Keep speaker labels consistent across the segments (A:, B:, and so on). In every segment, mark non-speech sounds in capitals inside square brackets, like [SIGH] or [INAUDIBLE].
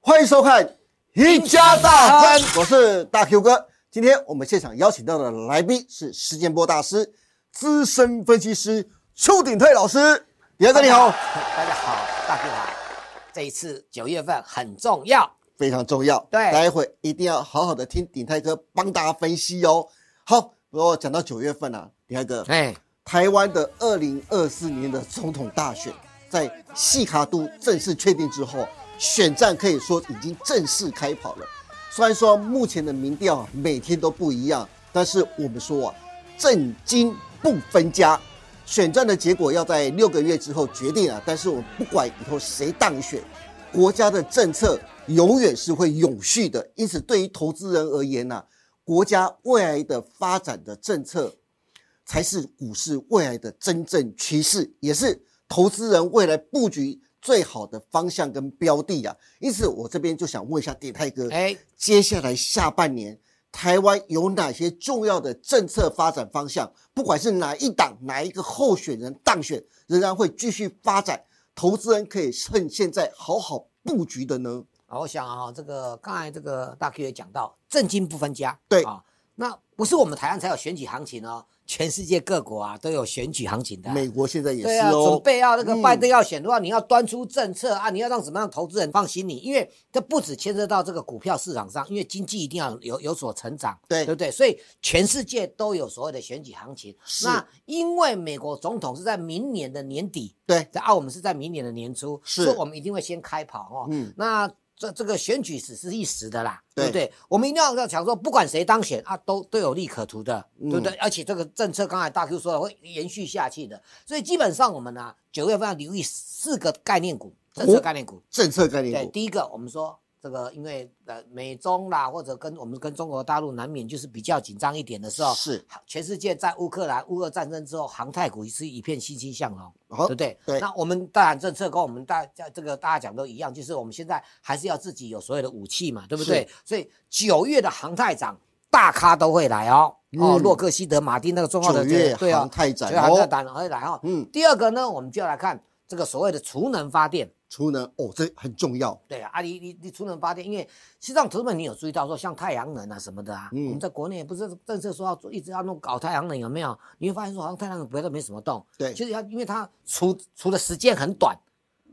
A: 欢迎收看《赢家大亨》，我是大 Q 哥。今天我们现场邀请到的来宾是时间波大师、资深分析师邱鼎泰老师。鼎泰哥你好，
B: 大家好，大家好。这一次九月份很重要，
A: 非常重要，
B: 对
A: 待会一定要好好的听鼎泰哥帮大家分析哦。好，如果讲到九月份啊，鼎泰哥，
B: 哎，
A: 台湾的二零二四年的总统大选在西卡都正式确定之后，选战可以说已经正式开跑了。虽然说目前的民调啊每天都不一样，但是我们说啊，震惊不分家。选战的结果要在六个月之后决定啊，但是我们不管以后谁当选，国家的政策永远是会永续的。因此，对于投资人而言呢、啊，国家未来的发展的政策才是股市未来的真正趋势，也是投资人未来布局最好的方向跟标的啊。因此，我这边就想问一下鼎泰哥，
B: 哎
A: 接下来下半年台湾有哪些重要的政策发展方向？不管是哪一党、哪一个候选人当选，仍然会继续发展，投资人可以趁现在好好布局的呢？
B: 啊我想啊、这个刚才这个大 Q 也讲到，震惊不分家，
A: 对
B: 啊，那不是我们台湾才有选举行情哦，全世界各国啊都有选举行情的啊。
A: 美国现在也
B: 对
A: 是
B: 啊，
A: 哦，
B: 准备要那个
A: 嗯
B: 拜登要选的话，你要端出政策啊，你要让怎么样投资人放心你，因为这不止牵涉到这个股票市场上，因为经济一定要有有所成长，
A: 对
B: 对不对？所以全世界都有所谓的选举行情。
A: 是
B: 那因为美国总统是在明年的年底，
A: 对，
B: 在啊，我们是在明年的年初，
A: 是
B: 所以我们一定会先开跑哦。
A: 嗯
B: 那这这个选举只是一时的啦，
A: 对
B: 对不对？我们一定要要想说，不管谁当选啊，都都有利可图的，
A: 嗯
B: 对不对？而且这个政策刚才大 Q 说了，会延续下去的，所以基本上我们呢、九月份要留意四个概念股，
A: 哦
B: 政策概念股。
A: 政策概念
B: 对，
A: 股，
B: 第一个我们说这个，因为呃美中啦，或者跟我们跟中国大陆难免就是比较紧张一哦点的时候，
A: 是
B: 全世界在乌克兰乌俄战争之后，航太股是一片欣欣向荣。
A: 好
B: 对不对？
A: 哦对
B: 那我们当然政策跟我们大家这个大家讲都一样，就是我们现在还是要自己有所有的武器嘛，对不对？所以九月的航太展大咖都会来哦，哦，
A: 嗯
B: 洛克希德马丁那个重要的
A: 九月
B: 对
A: 航
B: 哦，
A: 太展
B: 九月航太
A: 哦，
B: 展会来哦。
A: 嗯，
B: 第二个呢，我们就要来看这个所谓的储能发电。
A: 储能哦，这很重要，
B: 对啊，啊你你你储能发电，因为实际上同志们你有注意到说，像太阳能啊什么的啊，
A: 嗯
B: 我们在国内不是政策说要做，一直要弄搞太阳能，有没有？你会发现说好像太阳能不要没什么动，
A: 对
B: 其实它因为它除除的时间很短，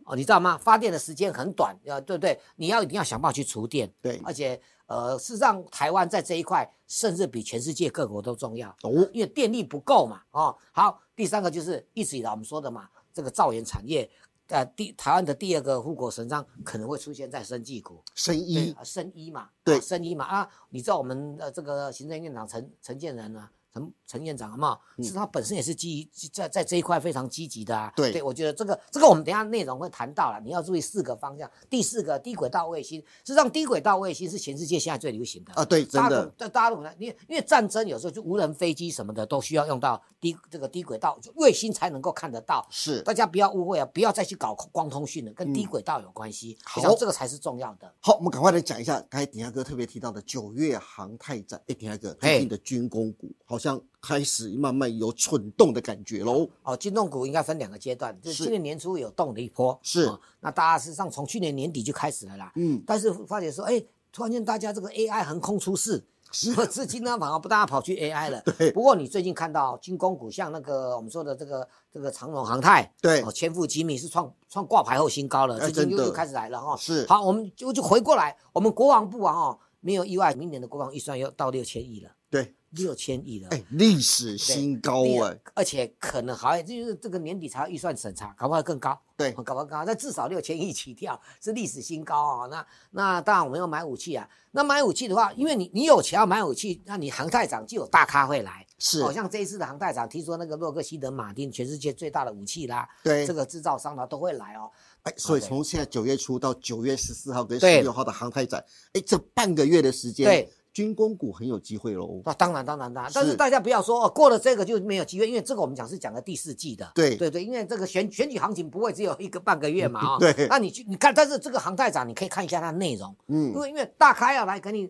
B: 哦，你知道吗？发电的时间很短，呃，对不对？你要一定要想办法去除电，
A: 对
B: 而且呃，事实上台湾在这一块甚至比全世界各国都重要，
A: 哦，
B: 因为电力不够嘛，哦，好，第三个就是一直以来我们说的嘛，这个造园产业，呃，第台湾的第二个护国神山可能会出现在生技股，
A: 生
B: 对
A: 医
B: 啊，生医嘛，
A: 对
B: 啊生医嘛啊，你知道我们呃这个行政院长陈陈建仁啊，陈陈院长好不好？
A: 嗯
B: 是他本身也是积极在在这一块非常积极的啊。
A: 对
B: 我觉得这个这个我们等一下内容会谈到了，你要注意四个方向。第四个低轨道卫星，实际上低轨道卫星是全世界现在最流行的
A: 啊，对，真
B: 大
A: 的
B: 陆在大陆呢，因为因为战争有时候就无人飞机什么的都需要用到低这个低轨道就卫星才能够看得到。
A: 是
B: 大家不要误会啊，不要再去搞光通讯了，跟低轨道有关
A: 嗯
B: 系。
A: 好
B: 我想这个才是重要的。
A: 好，我们赶快来讲一下刚才鼎泰哥特别提到的九月航太展。哎，鼎泰哥，最
B: 嘿
A: 近的军工股好像开始慢慢有蠢动的感觉喽。
B: 哦，金融股应该分两个阶段，就是是今年年初有动了一波，
A: 是
B: 哦那大家事实上从去年年底就开始了啦，
A: 嗯，
B: 但是发觉说，哎，突然间大家这个 AI 横空出世，
A: 是
B: [LAUGHS] 我资金呢反而不大家跑去 AI 了。
A: 对
B: 不过你最近看到军工股，像那个我们说的这个这个长荣航太，
A: 对
B: 哦，千富吉米是创创挂牌后新高了，
A: 哎
B: 最近又
A: 真的
B: 又开始来了哈、哦。
A: 是
B: 好，我们就就回过来，我们国防部啊，哦，没有意外，明年的国防预算又到六千亿了，
A: 对，
B: 六千亿了。
A: 哎，历史新高
B: 第二
A: 哎，
B: 而且可能还就是这个年底才要预算审查，搞不好更高，哦
A: 对
B: 搞不好更高，那至少六千亿起跳是历史新高啊、那那当然我们要买武器啊，那买武器的话，因为你你有钱要买武器，那你航太长就有大咖会来，
A: 是
B: 好、像这一次的航太长听说那个洛克希德马丁全世界最大的武器啦，
A: 对
B: 这个制造商呢都会来哦，
A: 哎，所以
B: 对
A: 从现在九月初到九月十四号跟十
B: 对
A: 六号的航太展，哎，这半个月的时间，
B: 对，
A: 军工股很有机会喽。
B: 那当然，当然，当然。但
A: 是
B: 是大家不要说哦，过了这个就没有机会，因为这个我们讲是讲的第四季的。
A: 对
B: 对对，因为这个选选举行情不会只有一个半个月嘛啊、哦
A: 嗯对
B: 那你去你看，但是这个航太展你可以看一下它的内容，因
A: 嗯，
B: 为因为大咖要来给你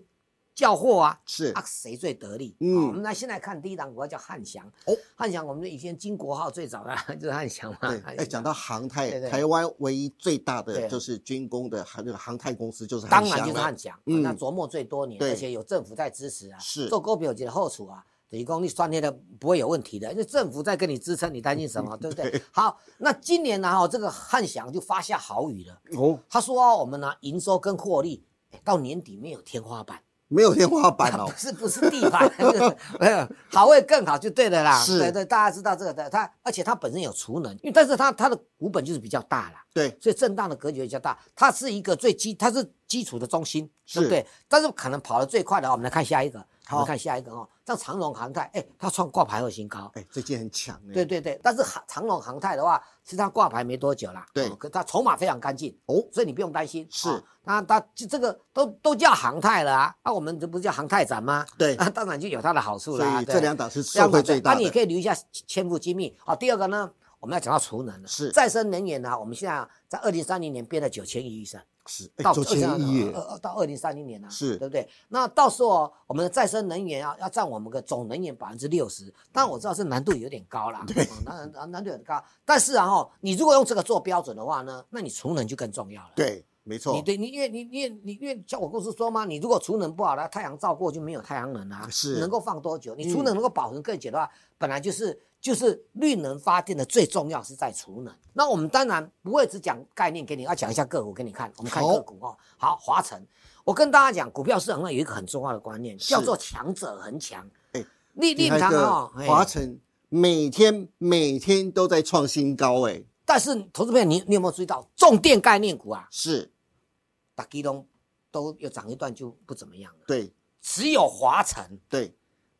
B: 叫货啊，
A: 是
B: 啊，谁最得力？
A: 嗯
B: 嗯，我们来先来看第一档股票叫汉翔。
A: 哦
B: 哦，汉翔，我们以前金国号最早的啊就是汉翔嘛。
A: 对，哎，讲到航太
B: 啊对，对
A: 台湾唯一最大的
B: 对啊
A: 就是军工的航这个航太公司就是
B: 当
A: 汉
B: 然
A: 翔
B: 就是
A: 了
B: 汉翔，
A: 嗯
B: 嗯、那琢磨最多年，
A: 对
B: 而且有政府在支持啊，
A: 是
B: 做股票有后厨啊，理工你酸天的不会有问题的，因为政府在跟你支撑，你担心什么，对不对？好，那今年呢、哈，这个汉翔就发下豪语了，
A: 哦，
B: 他说啊、我们呢、营收跟获利、哎到年底没有天花板。
A: 没有天花板哦
B: [LAUGHS] 不，是不是地板， [LAUGHS] 没有好会更好就对了啦。
A: 是
B: 对对，大家知道这个的，它而且它本身有储能，因为但是它它的股本就是比较大啦，
A: 对，
B: 所以震荡的格局比较大。它是一个最基，它是基础的中心，
A: 是
B: 对不对？但是可能跑得最快的哦，我们来看下一个，我
A: 好
B: 们看下一个哦，像长荣航太，哎，它创挂牌后新高。
A: 哎，最近很强哎，
B: 对对对，但是航长荣航太的话，其实它挂牌没多久啦，
A: 对
B: 哦可它筹码非常干净
A: 哦
B: 所以你不用担心。
A: 是
B: 哦那它这这个都都叫航太了啊，那我们这不是叫航太展吗？
A: 对
B: 那当然就有它的好处
A: 所
B: 啦。
A: 以
B: 啊对
A: 这两档是
B: 这
A: 受
B: 样子
A: 惠
B: 对
A: 最大
B: 啊那你
A: 的，
B: 可以留一下千富精密啊。第二个呢，我们要讲到储能了，
A: 是
B: 再生能源呢、我们现在啊在二零三零年变了九千亿以上。
A: 是哎
B: 到
A: 九千亿耶
B: 二，二到二零三零年啊，
A: 是
B: 对不对？那到时候我们的再生能源啊，要占我们的总能源百分之六十。当然我知道这难度有点高啦，嗯对，难难难度有点高。但是啊，哈，你如果用这个做标准的话呢，那你储能就更重要了。
A: 对，没
B: 你
A: 错，
B: 对你，因为你你也你因为像我公司说嘛，你如果储能不好了，太阳照过就没有太阳能啊，
A: 是嗯
B: 能够放多久？你储能能够保存更久的话，本来就是就是绿能发电的最重要是在储能。那我们当然不会只讲概念给你，要讲一下个股给你看。我们看
A: 好
B: 个股哦，好，华晨，我跟大家讲，股票市场上有一个很重要的观念，
A: 是
B: 叫做强者恒强。
A: 哎
B: 立
A: 你
B: 立
A: 看
B: 堂
A: 这
B: 哦，哎
A: 华晨每天每天都在创新高哎，
B: 但是投资朋友，你你有没有注意到重电概念股啊？
A: 是
B: 打基东都又涨一段就不怎么样了，
A: 对
B: 只有华晨。
A: 对，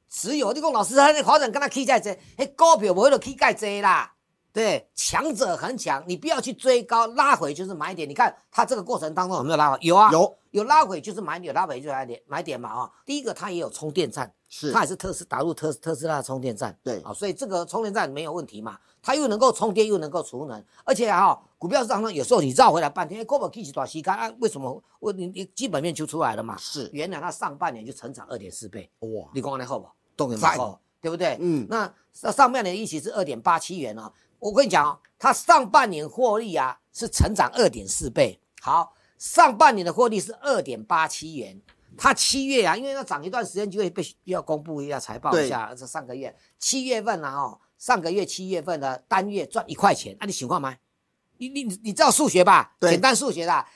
B: 只有你讲老师，那华晨跟他起在这，迄股票无就起在这啦。对，强者恒强，你不要去追高，拉回就是买点。你看它这个过程当中有没有拉回？有啊，
A: 有
B: 有拉回就是买点，有拉回就是买点买点嘛啊、哦。第一个它也有充电站，
A: 是
B: 它也是特斯打入特特斯拉的充电站，
A: 对
B: 啊、所以这个充电站没有问题嘛，它又能够充电又能够储能，而且啊、股票市场上有时候你绕回来半天，哎，根本起一段时间啊，为什么我你你基本面就出来了嘛？
A: 是
B: 原来它上半年就成长二点四倍，
A: 哇，
B: 你讲那好不好？动
A: 然
B: 然
A: 嗯好
B: 好，对不对？
A: 嗯
B: 那上上半年的预期是二点八七元啊、我跟你讲哦，它上半年获利啊是成长二点四倍，好，上半年的获利是二点八七元。它七月啊，因为要涨一段时间就会被要公布一下财报一下，这上个月七月份啊，哦，上个月七月份的单月赚一块钱，啊那、你喜欢吗？你你你知道数学吧？
A: 对
B: 简单数学啦，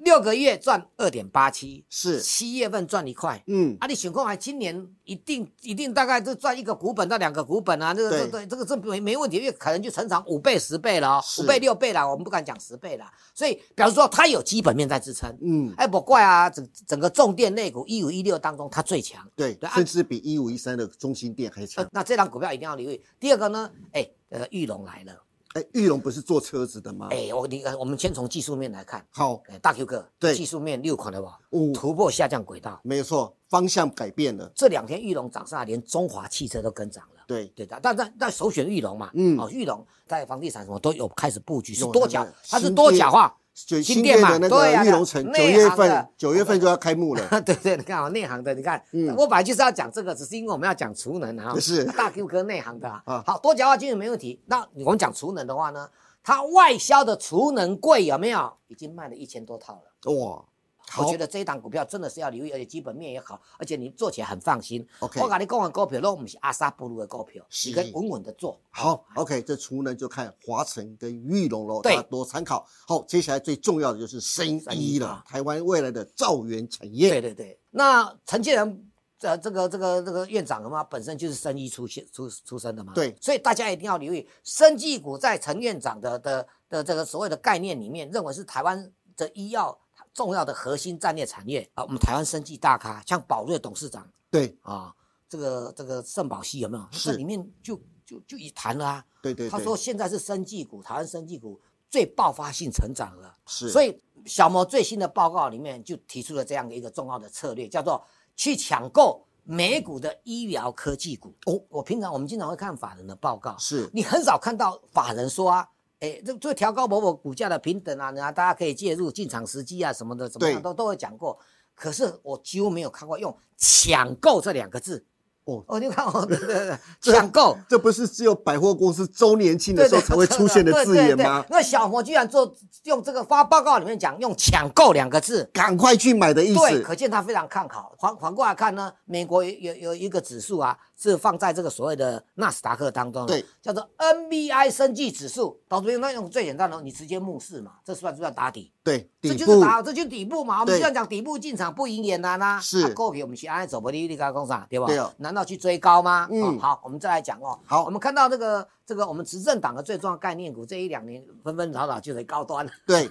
B: 六个月赚二点八七，
A: 是
B: 七月份赚一块，
A: 嗯
B: 啊，你选购还今年一定一定大概就赚一个股本到两个股本啊，这个这
A: 对
B: 对这个这没没问题，因为可能就成长五倍十倍了、哦，
A: 是
B: 五倍六倍了，我们不敢讲十倍了，所以表示说它有基本面在支撑。
A: 嗯
B: 哎，不怪啊，整整个重电类股一五一六当中它最强。
A: 对
B: 对，啊
A: 甚至比一五一三的中心店还强
B: 呃。那这档股票一定要留意。第二个呢，哎，呃，玉龙来了，
A: 哎，玉龙不是做车子的吗？
B: 呃哎，我你看，我们先从技术面来看，
A: 好，
B: 哎，大 Q 哥，
A: 对
B: 技术面六款的吧，
A: 五
B: 突破下降轨道，
A: 没错，方向改变了。
B: 这两天玉龙涨上来，连中华汽车都跟涨了。
A: 对，
B: 对的，但但但首选玉龙嘛，
A: 嗯
B: 哦，玉龙在房地产什么都有开始布局，是
A: 有
B: 多
A: 那
B: 角
A: 个，
B: 它是
A: 新
B: 多
A: 店
B: 角
A: [LAUGHS]
B: 化，
A: 就
B: 新
A: 新
B: 店
A: 店
B: 嘛
A: 的那
B: 对
A: 个
B: 啊
A: 玉龙城，
B: 内
A: 九月
B: 行
A: 份
B: 的
A: 九月份就要开幕了。
B: 对对，你看啊，内行的，你看，
A: 嗯
B: 我本来就是要讲这个，只是因为我们要讲储能啊，
A: 是
B: 大 Q 哥内行的啊，
A: 啊
B: 好多角化经营没问题。那我们讲储能的话呢，它外销的储能柜有没有已经卖了一千多套了？
A: 哇，
B: 我
A: 好
B: 觉得这一档股票真的是要留意，而且基本面也好，而且你做起来很放心。
A: OK
B: 我跟你讲的股票，都不是阿萨布鲁的股票，
A: 是
B: 你可以稳稳的做。
A: 好，OK，这除呢就看华晨跟玉龙喽，大
B: 对
A: 家多参考。好，接下来最重要的就是生
B: 生
A: 医
B: 医
A: 了
B: 啊，
A: 台湾未来的造园产业。
B: 对对对，那陈建仁。呃，这个这个这个院长嘛，本身就是生医出现出出身的嘛，
A: 对
B: 所以大家一定要留意，生技股在陈院长的的的这个所谓的概念里面，认为是台湾的医药重要的核心战略产业啊。我们台湾生技大咖，像宝瑞董事长
A: 对
B: 啊，这个这个圣保系有没有？
A: 是
B: 这里面就就就已谈了啊。
A: 对对，
B: 他
A: 对
B: 说现在是生技股，台湾生技股最爆发性成长了。
A: 是，
B: 所
A: 以
B: 以小摩最新的报告里面就提出了这样的一个重要的策略，叫做去抢购美股的医疗科技股。哦，我平常我们经常会看法人的报告，
A: 是
B: 你很少看到法人说啊，哎，这这调高某某股价的平等啊，然后大家可以介入进场时机啊什么的，怎么样
A: 对
B: 都都会讲过。可是我几乎没有看过用“抢购”这两个字。
A: 哦
B: 哦，你
A: [LAUGHS]
B: 看哦，对对对，
A: 这
B: 抢购，
A: 这不是只有百货公司周年庆的时候才会出现的字眼吗
B: 对对对对？那小摩居然做用这个发报告里面讲用“抢购”两个字，
A: 赶快去买的意
B: 对，
A: 思。
B: 可见他非常看好。反反过来看呢，美国有有有一个指数啊，是放在这个所谓的纳斯达克当中的，啊
A: 对，
B: 叫做 NBI 生技指数。导致那用最简单的，你直接目视嘛，这算不算打底？
A: 对，
B: 这
A: 底
B: 就是
A: 部
B: 打，这就是底部嘛。我们
A: 对
B: 虽然讲底部进场不赢也难啦、啊，
A: 是
B: 够给我们去安走不利率高工厂，对吧？
A: 对哦
B: 难道去追高吗？
A: 嗯
B: 嗯、好，我们再来讲哦。
A: 好
B: 我们看到这个这个我们执政党的最重要概念股，这一两年纷纷扰扰就是高端。
A: 对，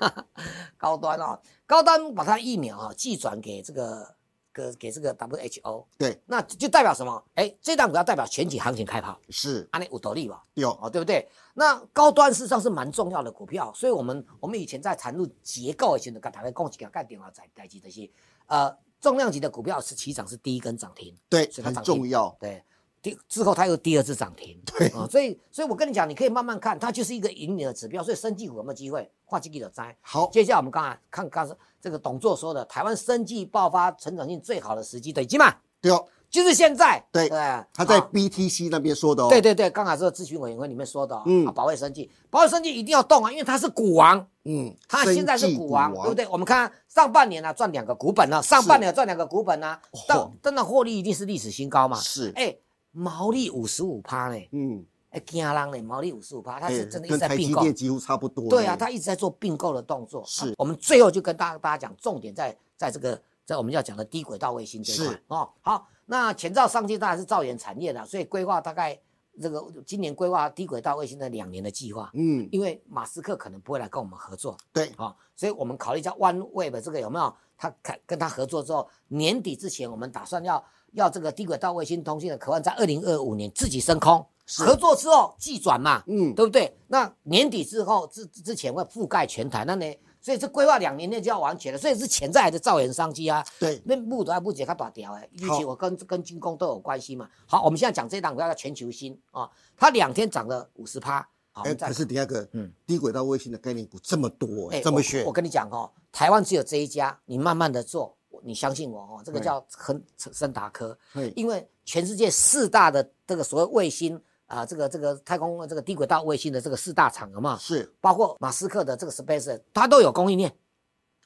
B: 高端哦，高端把它疫苗啊、寄转给这个给给这个 WHO，
A: 对，
B: 那就代表什么？哎，这档股票代表全体行情开跑，
A: 是
B: 安利五得利吧，
A: 有，
B: 哦，对不对？那高端事实上是蛮重要的股票，所以我们我们以前在谈论结构以前的，跟台湾供给给干点啊，在在及这些，呃，重量级的股票是起涨是第一根涨停， [LAUGHS]
A: 对，
B: 是它
A: 很
B: 涨停
A: 重要。
B: 对，第之后它又第二次涨停，对啊、所以所以我跟你讲，你可以慢慢看，它就是一个引领的指标，所以生技股有没有机会？跨境股的灾。
A: 好，
B: 接下来我们刚才看刚才这个董座说的，台湾生计爆发成长性最好的时机，对，基嘛，
A: 对哦，
B: 就是现在。
A: 对
B: 不
A: 他在
B: 好
A: BTC 那边说的哦。
B: 对对对，刚才这个咨询委员会里面说的、哦，
A: 嗯
B: 嗯，保卫生计，保卫生计一定要动啊，因为它是股王，
A: 嗯，
B: 它现在
A: 生
B: 是
A: 技
B: 股王，对不对？我们看上半年呢、啊赚两个股本呢、上半年赚两个股本呢、啊
A: 嚯，
B: 但但那获利一定是历史新高嘛，
A: 是，
B: 哎，毛利五十五趴呢，
A: 嗯，
B: 哎，惊人呢，毛利五十五趴，它是
A: 哎
B: 真的一直
A: 跟
B: 在
A: 台
B: 并
A: 积
B: 购。
A: 电几乎差不多呢。
B: 对啊，他一直在做并购的动作。
A: 是
B: 啊我们最后就跟大大家讲，重点在在这个在我们要讲的低轨道卫星这一
A: 是
B: 块哦。好，那前兆上进当然是造研产业的，所以规划大概这个今年规划低轨道卫星的两年的计划，
A: 嗯，
B: 因为马斯克可能不会来跟我们合作
A: 对，
B: 啊、哦，所以我们考虑一下 OneWeb 这个有没有他看跟他合作之后，年底之前我们打算要要这个低轨道卫星通信的渴望在二零二五年自己升空。
A: 是
B: 合作之后计转嘛，
A: 嗯，
B: 对不对？那年底之后之之前会覆盖全台，那呢？所以这规划两年内就要完全了，所以是潜在的造成商机啊。
A: 对，
B: 那木头还不解它大条哎，预
A: 好
B: 期我跟跟军工都有关系嘛。好，我们现在讲这档股票叫全球星啊、它两天涨了五十趴。好，我
A: 哎，
B: 们再
A: 可是第二个，嗯
B: 嗯，
A: 低轨道卫星的概念股这么多，哎，
B: 哎
A: 这么
B: 我
A: 选
B: 我跟你讲哦，台湾只有这一家，你慢慢的做，我你相信我哦，这个
A: 对
B: 叫恒森达科
A: 对，
B: 因为全世界四大的这个所谓卫星啊、这个这个太空这个低轨道卫星的这个四大厂有没有？
A: 啊是
B: 包括马斯克的这个 Space，它都有供应链，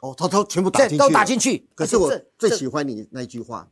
A: 哦，他都全部打
B: 这
A: 进去，
B: 都打进。去。
A: 可是我
B: 而且
A: 最
B: 这这
A: 喜欢你那句话，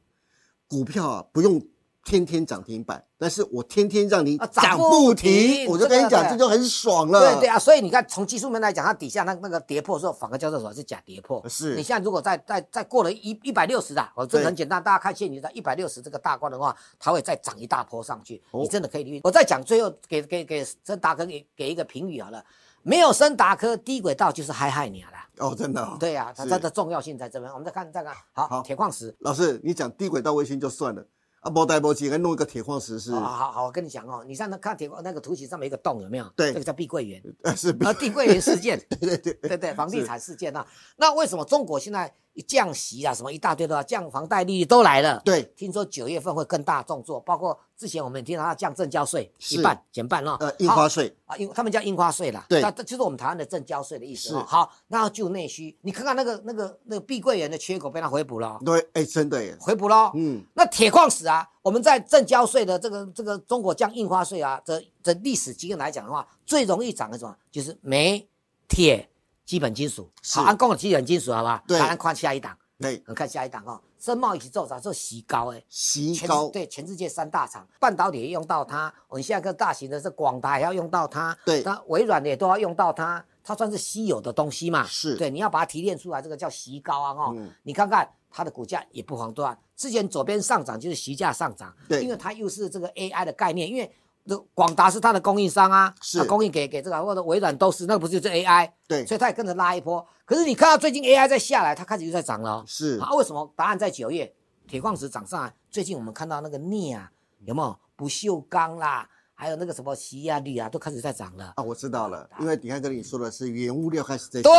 A: 股票啊不用天天涨停板，但是我天天让你
B: 啊
A: 涨
B: 涨
A: 不
B: 不
A: 停，
B: 停
A: 我就
B: 这个
A: 跟你讲，
B: 对
A: 这就很爽了。
B: 对对啊，所以你看，从技术面来讲，它底下那那个跌破的时候，反而叫做什么是假跌破。
A: 呃是
B: 你现在如果再再再过了一一百六十啊，哦，这
A: 对
B: 个很简单，大家看现你在一百六十这个大关的话，它会再涨一大波上去，
A: 哦
B: 你真的可以理解。我再讲最后给给给森达科给给一个评语好了，没有森达科低轨道就是嗨嗨你啊了啦。
A: 哦，真的、哦。
B: 对啊，它
A: 是
B: 它的重要性在这边。我们再看再看，
A: 好
B: 好，铁矿石。
A: 老师，你讲低轨道卫星就算了，啊，波带波机还弄一个铁矿石是，
B: 好啊好好，我跟你讲哦，你上次看铁矿那个图形上面有一个洞有没有？
A: 对
B: 这个叫碧桂园。
A: 呃，是
B: 啊，碧桂园事件，
A: [LAUGHS] 对对对，
B: 对对，房地产事件啊，那为什么中国现在一降息啊，什么一大堆的啊降房贷利率都来了？
A: 对，
B: 听说九月份会更大动作，包括之前我们也听到他降证交税
A: 是
B: 一半减半啊，
A: 呃，印花
B: 好
A: 税
B: 啊，因他们叫印花税啦，
A: 对
B: 那这就是我们台湾的证交税的意思
A: 是
B: 啊。好，那就内需，你看看那个那个那个碧桂园的缺口被他回补了哦，
A: 对，哎、真的耶，
B: 回补了哦。
A: 嗯，
B: 那铁矿石啊，我们在证交税的这个这个中国降印花税啊的的历史经验来讲的话，最容易涨的是什么？就是煤、铁、基本金属。
A: 是
B: 好，按供的基本金属，好吧？
A: 对
B: 好按看下一档，
A: 对，
B: 嗯看下一档哈、哦。深茂一起做啥？做席高哎，
A: 息
B: 全世
A: 高，
B: 对全世界三大厂，半导体也用到它，我们现在跟大型的是广达也要用到它，
A: 对
B: 那微软的也都要用到它，它算是稀有的东西嘛，
A: 是
B: 对，你要把它提炼出来，这个叫席高啊哦，
A: 嗯
B: 你看看它的股价也不遑多让，之前左边上涨就是席价上涨，
A: 对
B: 因为它又是这个 AI 的概念，因为。这广达是它的供应商啊，
A: 是
B: 它供应给给这个或者微软都是，那个不是就是 AI，
A: 对，
B: 所以它也跟着拉一波。可是你看到最近 AI 在下来，它开始又在涨了、哦。
A: 是
B: 啊，为什么答案在九月？铁矿石涨上来，最近我们看到那个镍啊，有没有不锈钢啦，还有那个什么锡啊、铝啊，都开始在涨了。
A: 啊，我知道了，因为你看跟你说的是原物料开始在，
B: 对，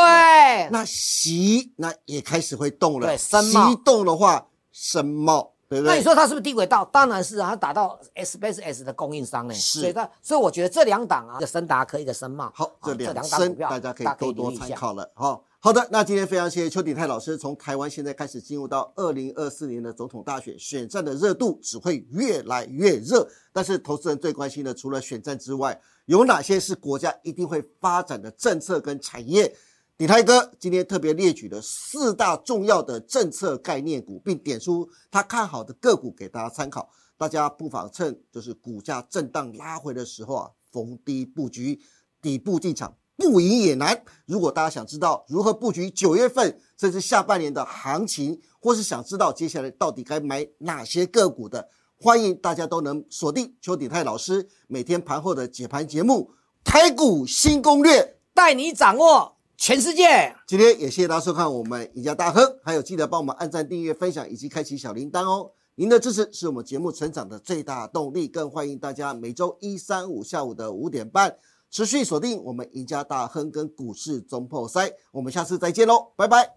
A: 那息那也开始会动了，
B: 对深茂
A: 息动的话，深茂对不
B: 那你
A: 对？
B: 说它是不是低轨道？当然是啊，它打到 Space X 的供应商呢。
A: 是
B: 所以它，所以我觉得这两档啊，一个森达科，一个森茂，
A: 好，
B: 啊
A: 这两
B: 两档股
A: 声
B: 票
A: 大家可以多多参。
B: 留意一下
A: 考了。好，好的，那今天非常谢谢邱鼎泰老师，从台湾现在开始进入到二零二四年的总统大选，选战的热度只会越来越热。但是投资人最关心的，除了选战之外，有哪些是国家一定会发展的政策跟产业？鼎泰哥今天特别列举了四大重要的政策概念股，并点出他看好的个股给大家参考。大家不妨趁就是股价震荡拉回的时候啊，逢低布局，底部进场，不赢也难。如果大家想知道如何布局九月份甚至下半年的行情，或是想知道接下来到底该买哪些个股的，欢迎大家都能锁定邱鼎泰老师每天盘后的解盘节目《台股新攻略》。
B: 带你掌握全世界。
A: 今天也谢谢大家收看我们赢家大亨，还有记得帮我们按赞、订阅、分享以及开启小铃铛哦。您的支持是我们节目成长的最大动力，更欢迎大家每周一、三、五下午的五点半持续锁定我们赢家大亨跟股市中破塞。我们下次再见喽，拜拜。